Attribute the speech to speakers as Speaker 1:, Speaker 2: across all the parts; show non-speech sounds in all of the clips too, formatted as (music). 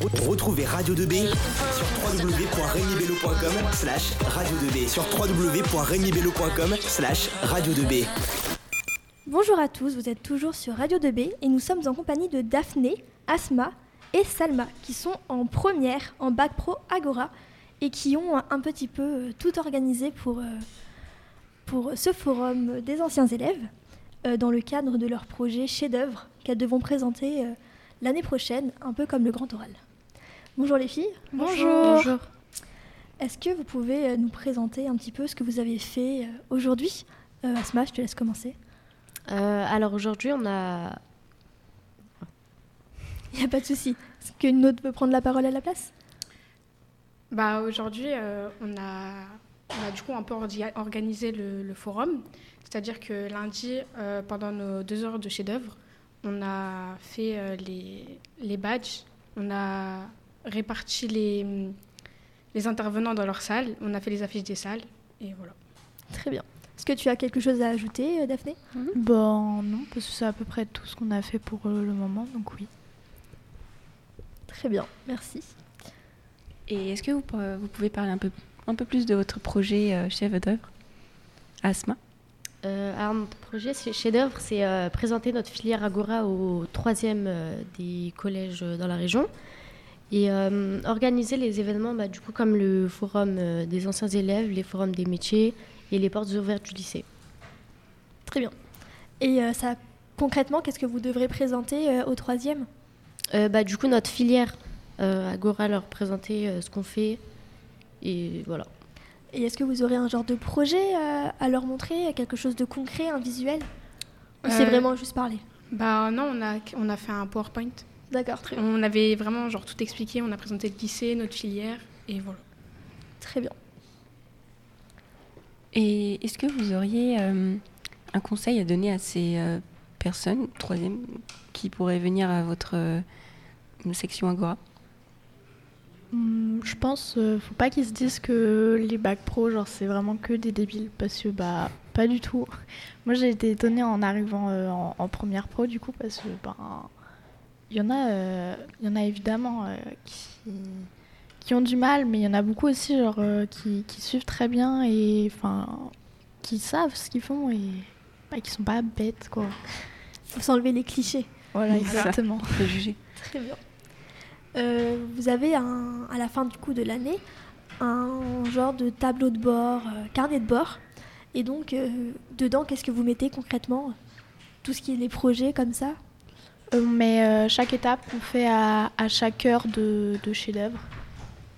Speaker 1: Retrouvez Radio 2B sur www.regnibello.com slash radio 2B sur www.regnibello.com slash radio 2B.
Speaker 2: Bonjour à tous, vous êtes toujours sur Radio 2B et nous sommes en compagnie de Daphné, Asma et Salma qui sont en première en bac pro Agora et qui ont un petit peu euh, tout organisé pour, euh, pour ce forum des anciens élèves euh, dans le cadre de leur projet chef-d'œuvre qu'elles devront présenter euh, l'année prochaine, un peu comme le grand oral. Bonjour les filles.
Speaker 3: Bonjour.
Speaker 2: Est-ce que vous pouvez euh, nous présenter un petit peu ce que vous avez fait euh, aujourd'hui Euh, Asma, je te laisse commencer.
Speaker 3: Euh, alors aujourd'hui, on a.
Speaker 2: (laughs) Il n'y a pas de souci. Est-ce qu'une autre peut prendre la parole à la place
Speaker 4: Bah, aujourd'hui, euh, on, a, on a du coup un peu ordi- organisé le, le forum. C'est-à-dire que lundi, euh, pendant nos deux heures de chef-d'œuvre, on a fait euh, les, les badges, on a réparti les, les intervenants dans leur salle, on a fait les affiches des salles, et voilà.
Speaker 2: Très bien. Est-ce que tu as quelque chose à ajouter, euh, Daphné
Speaker 5: Ben non, parce que c'est à peu près tout ce qu'on a fait pour euh, le moment, donc oui.
Speaker 2: Très bien, merci.
Speaker 6: Et est-ce que vous, pour- vous pouvez parler un peu, un peu plus de votre projet euh, chef d'œuvre Asma
Speaker 3: euh, alors notre projet c'est- chef-d'œuvre, c'est euh, présenter notre filière Agora au troisième euh, des collèges euh, dans la région et euh, organiser les événements bah, du coup, comme le forum euh, des anciens élèves, les forums des métiers et les portes ouvertes du lycée.
Speaker 2: Très bien. Et euh, ça, concrètement, qu'est-ce que vous devrez présenter euh, au troisième
Speaker 3: Euh, bah, du coup, notre filière euh, Agora leur présenter euh, ce qu'on fait et voilà.
Speaker 2: Et est-ce que vous aurez un genre de projet euh, à leur montrer Quelque chose de concret, un visuel Ou c'est
Speaker 4: Euh,
Speaker 2: vraiment juste parler
Speaker 4: Bah, non, on a, on a fait un PowerPoint.
Speaker 2: D'accord, très bien.
Speaker 4: On avait vraiment genre tout expliqué, on a présenté le lycée, notre filière, et voilà.
Speaker 2: Très bien.
Speaker 6: Et est-ce que vous auriez euh, un conseil à donner à ces euh, personnes, troisième, qui pourraient venir à votre euh, section Agora
Speaker 5: Hum, je pense, euh, faut pas qu'ils se disent que les bacs pro, genre c'est vraiment que des débiles, parce que bah pas du tout. (laughs) Moi j'ai été étonnée en arrivant euh, en, en première pro du coup, parce que ben il y en a, euh, il y en a évidemment euh, qui qui ont du mal, mais il y en a beaucoup aussi genre euh, qui, qui suivent très bien et enfin qui savent ce qu'ils font et bah, qui sont pas bêtes quoi.
Speaker 2: Il faut s'enlever les clichés.
Speaker 5: Voilà
Speaker 6: C'est ça.
Speaker 5: exactement.
Speaker 6: Préjugés
Speaker 2: Très bien. Euh, vous avez un- à la fin du coup de l'année un genre de tableau de bord, euh, carnet de bord. Et donc, euh, dedans, qu'est-ce que vous mettez concrètement euh, Tout ce qui est les projets comme ça
Speaker 5: Euh, Mais euh, chaque étape, on fait à, à chaque heure de, de chef-d'œuvre.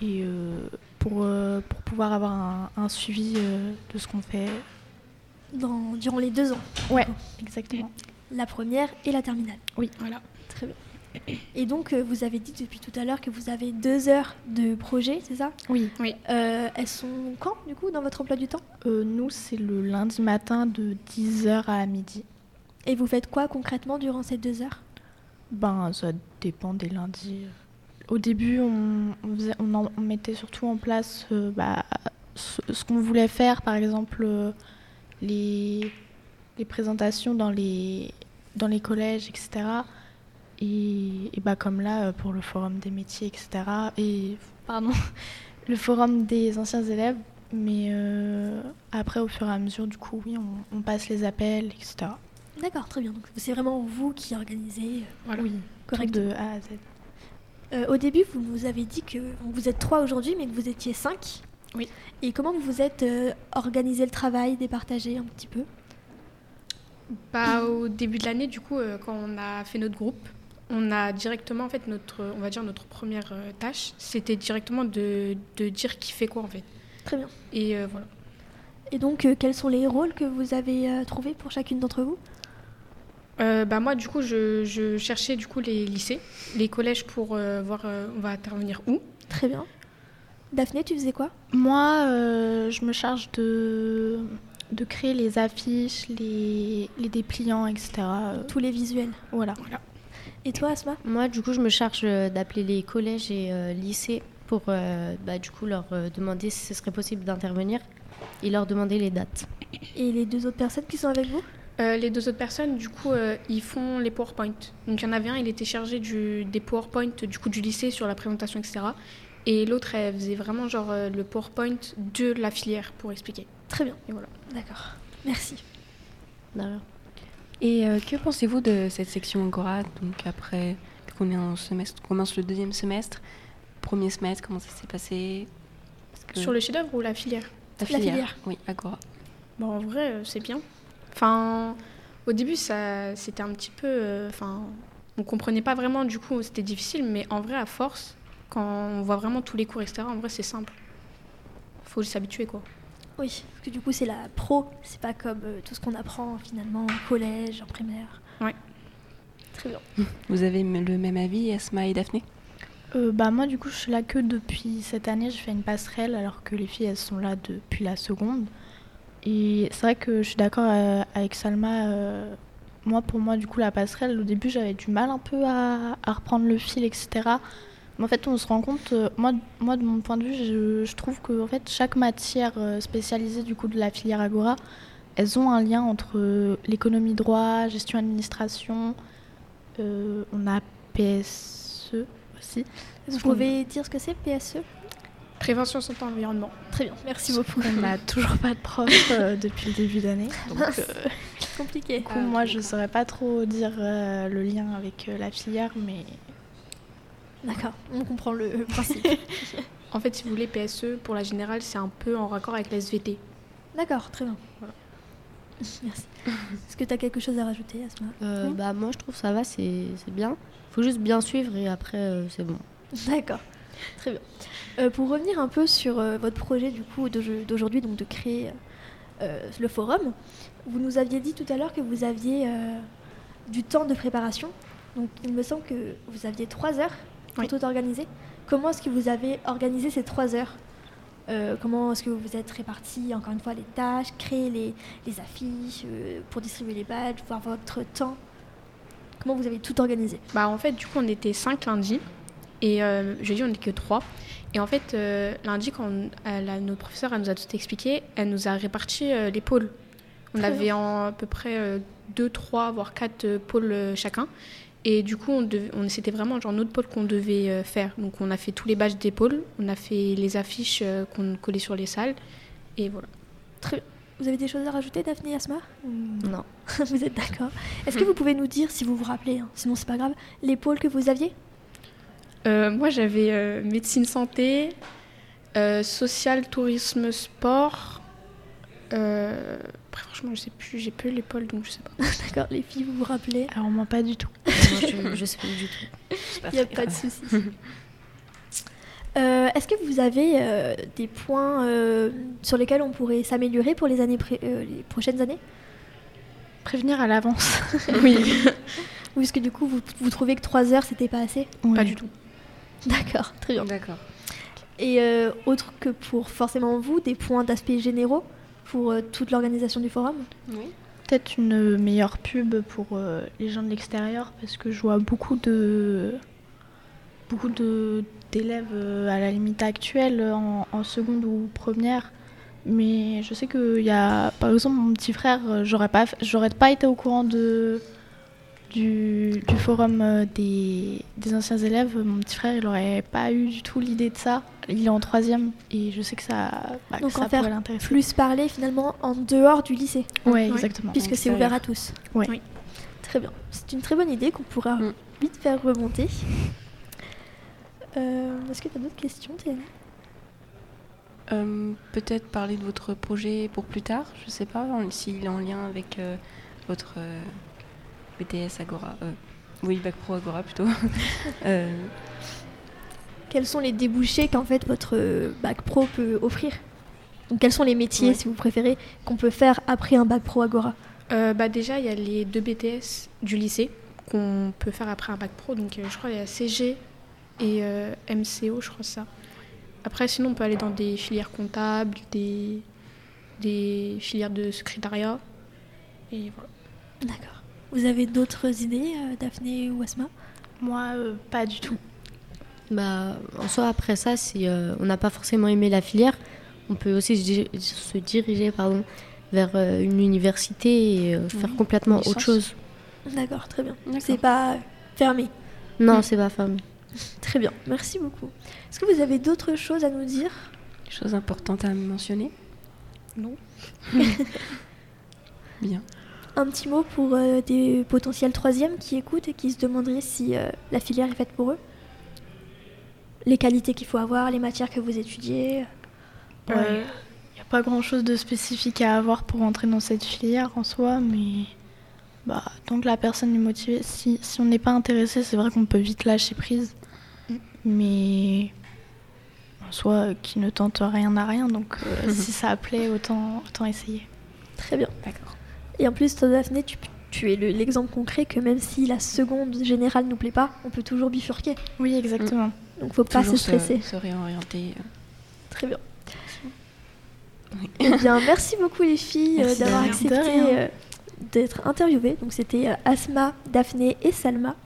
Speaker 5: Et euh, pour, euh, pour pouvoir avoir un, un suivi euh, de ce qu'on fait.
Speaker 2: dans- durant les deux ans,
Speaker 5: Ouais, exactement.
Speaker 2: la première et la terminale.
Speaker 4: Voilà.
Speaker 2: Très bien. Et donc, euh, vous avez dit depuis tout à l'heure que vous avez deux heures de projets, c'est ça
Speaker 5: Oui.
Speaker 2: Euh, Elles sont quand, du coup, dans votre emploi du temps
Speaker 5: Euh, nous, c'est le lundi matin de 10h à midi.
Speaker 2: Et vous faites quoi concrètement durant ces deux heures
Speaker 5: Ben, ça dépend des lundis. Au début, on, on faisait- on en- on mettait surtout en place euh, bah, ce, ce qu'on voulait faire, par exemple euh, les, les présentations dans les, dans les collèges, etc. Et, et bah, comme là, euh, pour le forum des métiers, etc. Et, pardon, (laughs) le forum des anciens élèves. Mais euh, après, au fur et à mesure, du coup, oui, on, on passe les appels, etc.
Speaker 2: D'accord, très bien. Donc, c'est vraiment vous qui organisez euh,
Speaker 4: Voilà.
Speaker 5: Oui, tout
Speaker 2: correctement.
Speaker 5: de A à Z.
Speaker 2: Euh, au début, vous nous avez dit que donc, vous êtes trois aujourd'hui, mais que vous étiez cinq.
Speaker 4: Oui.
Speaker 2: Et comment vous vous êtes euh, organisé le travail, départagé un petit peu
Speaker 4: Bah, au début de l'année, du coup, euh, quand on a fait notre groupe, on a directement, en fait, notre, on va dire notre première euh, tâche, c'était directement de, de dire qui fait quoi, en fait.
Speaker 2: Très bien.
Speaker 4: Et euh, voilà.
Speaker 2: Et donc, euh, quels sont les rôles que vous avez euh, trouvés pour chacune d'entre vous
Speaker 4: Euh, bah, moi, du coup, je, je cherchais du coup les lycées, les collèges pour euh, voir euh, on va intervenir où.
Speaker 2: Très bien. Daphné, tu faisais quoi
Speaker 5: Moi, euh, je me charge de, de créer les affiches, les, les dépliants, etc. Euh,
Speaker 2: Tous les visuels.
Speaker 5: Voilà.
Speaker 2: Et toi, Asma
Speaker 3: Moi, du coup, je me charge euh, d'appeler les collèges et euh, lycées pour euh, bah, du coup, leur euh, demander si ce serait possible d'intervenir et leur demander les dates.
Speaker 2: Et les deux autres personnes qui sont avec vous
Speaker 4: Euh, les deux autres personnes, du coup, euh, ils font les PowerPoint. Donc il y en avait un, il était chargé du, des PowerPoint du coup du lycée sur la présentation, etc. Et l'autre, elle faisait vraiment genre euh, le PowerPoint de la filière pour expliquer.
Speaker 2: Très bien,
Speaker 4: Et voilà.
Speaker 2: d'accord. Merci.
Speaker 3: D'ailleurs.
Speaker 6: Et euh, que pensez-vous de cette section Agora Donc après qu'on est en semestre, on commence le deuxième semestre, premier semestre, comment ça s'est passé Parce que-
Speaker 4: Sur le chef-d'œuvre ou la filière
Speaker 6: la
Speaker 2: filière.
Speaker 6: Oui, Agora.
Speaker 4: Bon, en vrai, euh, c'est bien. Enfin, au début, ça, c'était un petit peu. euh, Enfin, on comprenait pas vraiment, du coup, c'était difficile, mais en vrai, à force, quand on voit vraiment tous les cours, etc., en vrai, c'est simple. Faut s'habituer, quoi.
Speaker 2: Oui, parce que du coup, c'est la pro, c'est pas comme euh, tout ce qu'on apprend finalement au collège, en primaire.
Speaker 4: Ouais.
Speaker 2: Très bien.
Speaker 6: Vous avez m- le même avis, Asma et Daphné
Speaker 5: Euh, bah moi du coup je suis là que depuis cette année, j'ai fait une passerelle alors que les filles elles sont là depuis la seconde. Et c'est vrai que je suis d'accord euh, avec Salma. euh, moi pour moi du coup la passerelle au début j'avais du mal un peu à, à reprendre le fil etc. Mais en fait on se rend compte, euh, moi, moi de mon point de vue je, je trouve que en fait chaque matière euh, spécialisée du coup de la filière Agora, elles ont un lien entre euh, l'économie droit, gestion administration, euh, on a PSE aussi.
Speaker 2: Vous
Speaker 5: Est-ce qu'on-
Speaker 2: pouvez dire ce que c'est E PSE
Speaker 4: Prévention santé environnement.
Speaker 2: Très bien, merci beaucoup. (laughs)
Speaker 5: On n'a toujours pas de prof euh, depuis le début d'année. Donc,
Speaker 2: Mince.
Speaker 5: euh,
Speaker 2: Compliqué.
Speaker 5: du coup, moi, je ne saurais pas trop dire euh, le lien avec euh, la filière, mais
Speaker 2: D'accord, on comprend le principe.
Speaker 4: En fait, si vous voulez, PSE, pour la générale, c'est un peu en raccord avec la SVT.
Speaker 2: D'accord, très bien. Merci. Est-ce que tu as quelque chose à rajouter, Asma
Speaker 3: Euh,
Speaker 2: Oui.
Speaker 3: bah, moi, je trouve ça va, c'est c'est bien. Faut juste bien suivre et après, euh, c'est bon.
Speaker 2: D'accord, très bien. Euh, pour revenir un peu sur euh, votre projet du coup d'au- d'aujourd'hui, donc de créer euh, euh, le forum, vous nous aviez dit tout à l'heure que vous aviez euh, du temps de préparation. Donc il me semble que vous aviez trois heures pour
Speaker 4: Oui.
Speaker 2: tout organiser. Comment est-ce que vous avez organisé ces trois heures Euh, Comment est-ce que vous vous êtes répartis, encore une fois, les tâches, créer les, les affiches, euh, pour distribuer les badges, voir votre temps Comment vous avez tout organisé
Speaker 4: Bah, en fait, du coup, on était 5 lundi. Et euh, jeudi, on n'était que 3. Et en fait, euh, lundi, quand on- elle a- notre professeure elle nous a tout expliqué, elle nous a réparti euh, les pôles. On
Speaker 2: Très
Speaker 4: avait en, à peu près 2, 3, voire 4 pôles euh, chacun. Et du coup, on dev- on- c'était vraiment genre notre pôle qu'on devait euh, faire. Donc, on a fait tous les badges des pôles, on a fait les affiches euh, qu'on collait sur les salles. Et voilà.
Speaker 2: Vous avez des choses à rajouter, Daphné Asma Mm.
Speaker 3: Non.
Speaker 2: (laughs) vous êtes d'accord Est-ce que vous pouvez nous dire, si vous vous rappelez, hein, sinon c'est pas grave, les pôles que vous aviez
Speaker 4: Euh, moi, j'avais euh, médecine santé, euh, social, tourisme, sport. Euh, après, franchement, je sais plus, j'ai peu l'épaule, donc je sais pas.
Speaker 2: D'accord, les filles, vous vous rappelez
Speaker 5: alors moi, ah, pas du tout.
Speaker 3: Moi, je, je sais plus du tout.
Speaker 2: Il n'y a Ah, pas de souci. (laughs) Euh, Est-ce que vous avez euh, des points euh, sur lesquels on pourrait s'améliorer pour les, années pré- euh, les prochaines années
Speaker 5: Prévenir à l'avance.
Speaker 4: Oui,
Speaker 2: Ou est-ce que du coup, vous, vous trouvez que 3 heures, c'était pas assez
Speaker 4: pas
Speaker 5: Ouais.
Speaker 4: du tout.
Speaker 2: (laughs) D'accord, très bien.
Speaker 6: D'accord.
Speaker 2: Et euh, autre que pour forcément vous, des points d'aspect généraux pour euh, toute l'organisation du forum
Speaker 6: Oui.
Speaker 5: Peut-être une meilleure pub pour euh, les gens de l'extérieur, parce que je vois beaucoup de beaucoup de d'élèves euh, à la limite actuelle euh, en, en seconde ou première. Mais je sais qu'il y a, par exemple, mon petit frère, euh, j'aurais pas, fait- j'aurais pas été au courant de du, du forum euh, des, des anciens élèves. Mon petit frère, il aurait pas eu du tout l'idée de ça. Il est en troisième et je sais que ça, bah, que
Speaker 2: Donc, en
Speaker 5: ça
Speaker 2: faire
Speaker 5: pourrait l'intéresser.
Speaker 2: Plus parler finalement en dehors du lycée
Speaker 5: Ouais,
Speaker 4: Oui.
Speaker 5: exactement.
Speaker 2: puisque c'est ouvert à tous.
Speaker 5: Ouais.
Speaker 4: Oui.
Speaker 2: Très bien. C'est une très bonne idée qu'on pourra
Speaker 6: Mm.
Speaker 2: vite faire remonter. Euh, Est-ce que tu as d'autres questions, Théana
Speaker 6: Euh, Peut-être parler de votre projet pour plus tard, je sais pas, en- s'il est en lien avec euh, votre euh, BTS Agora. euh, oui, Bac Pro Agora plutôt. (laughs) Euh,
Speaker 2: Quels sont les débouchés qu'en fait votre euh, bac pro peut offrir Donc quels sont les métiers,
Speaker 6: Ouais.
Speaker 2: si vous préférez, qu'on peut faire après un bac pro Agora
Speaker 4: Euh, bah, déjà, il y a les deux BTS du lycée qu'on peut faire après un bac pro. Donc, euh, je crois qu'il y a CG et euh, MCO, je crois ça. Après, sinon, on peut aller dans des filières comptables, des, des filières de secrétariat. Et voilà.
Speaker 2: D'accord. Vous avez d'autres idées, euh, Daphné ou Asma
Speaker 5: Moi, euh, pas du tout.
Speaker 3: Bah, en soi, après ça, si euh, on n'a pas forcément aimé la filière, on peut aussi se diri- se diriger pardon, vers euh, une université et euh, faire complètement autre
Speaker 6: licence.
Speaker 3: chose.
Speaker 2: D'accord, très bien.
Speaker 6: D'accord.
Speaker 2: C'est pas fermé.
Speaker 3: Non, c'est pas fermé.
Speaker 2: Très bien, merci beaucoup. Est-ce que vous avez d'autres choses à nous dire
Speaker 6: Chose importante à mentionner
Speaker 4: Non.
Speaker 6: Bien.
Speaker 2: Un petit mot pour euh, des potentiels troisièmes qui écoutent et qui se demanderaient si euh, la filière est faite pour eux Les qualités qu'il faut avoir, les matières que vous étudiez.
Speaker 5: Il n'y
Speaker 4: Euh,
Speaker 5: a pas grand-chose de spécifique à avoir pour entrer dans cette filière en soi, mais bah, tant que la personne est motivée, si, si on n'est pas intéressé, c'est vrai qu'on peut vite lâcher prise. Mais en soi, euh, qui ne tente rien à rien, donc euh, si ça plaît, autant, autant essayer.
Speaker 2: Très bien.
Speaker 6: D'accord.
Speaker 2: Et en plus, toi, Daphné, tu, tu es le- l'exemple concret que même si la seconde générale nous plaît pas, on peut toujours bifurquer.
Speaker 5: Oui, exactement.
Speaker 2: Donc faut pas se
Speaker 6: Toujours
Speaker 2: stresser.
Speaker 6: Se réorienter. euh,
Speaker 2: Très bien. Eh bien, merci beaucoup les filles euh,
Speaker 6: Merci de
Speaker 2: d'avoir
Speaker 6: rien.
Speaker 5: De
Speaker 2: accepté
Speaker 5: rien.
Speaker 2: euh, d'être interviewées. Donc c'était euh, Asma, Daphné et Salma.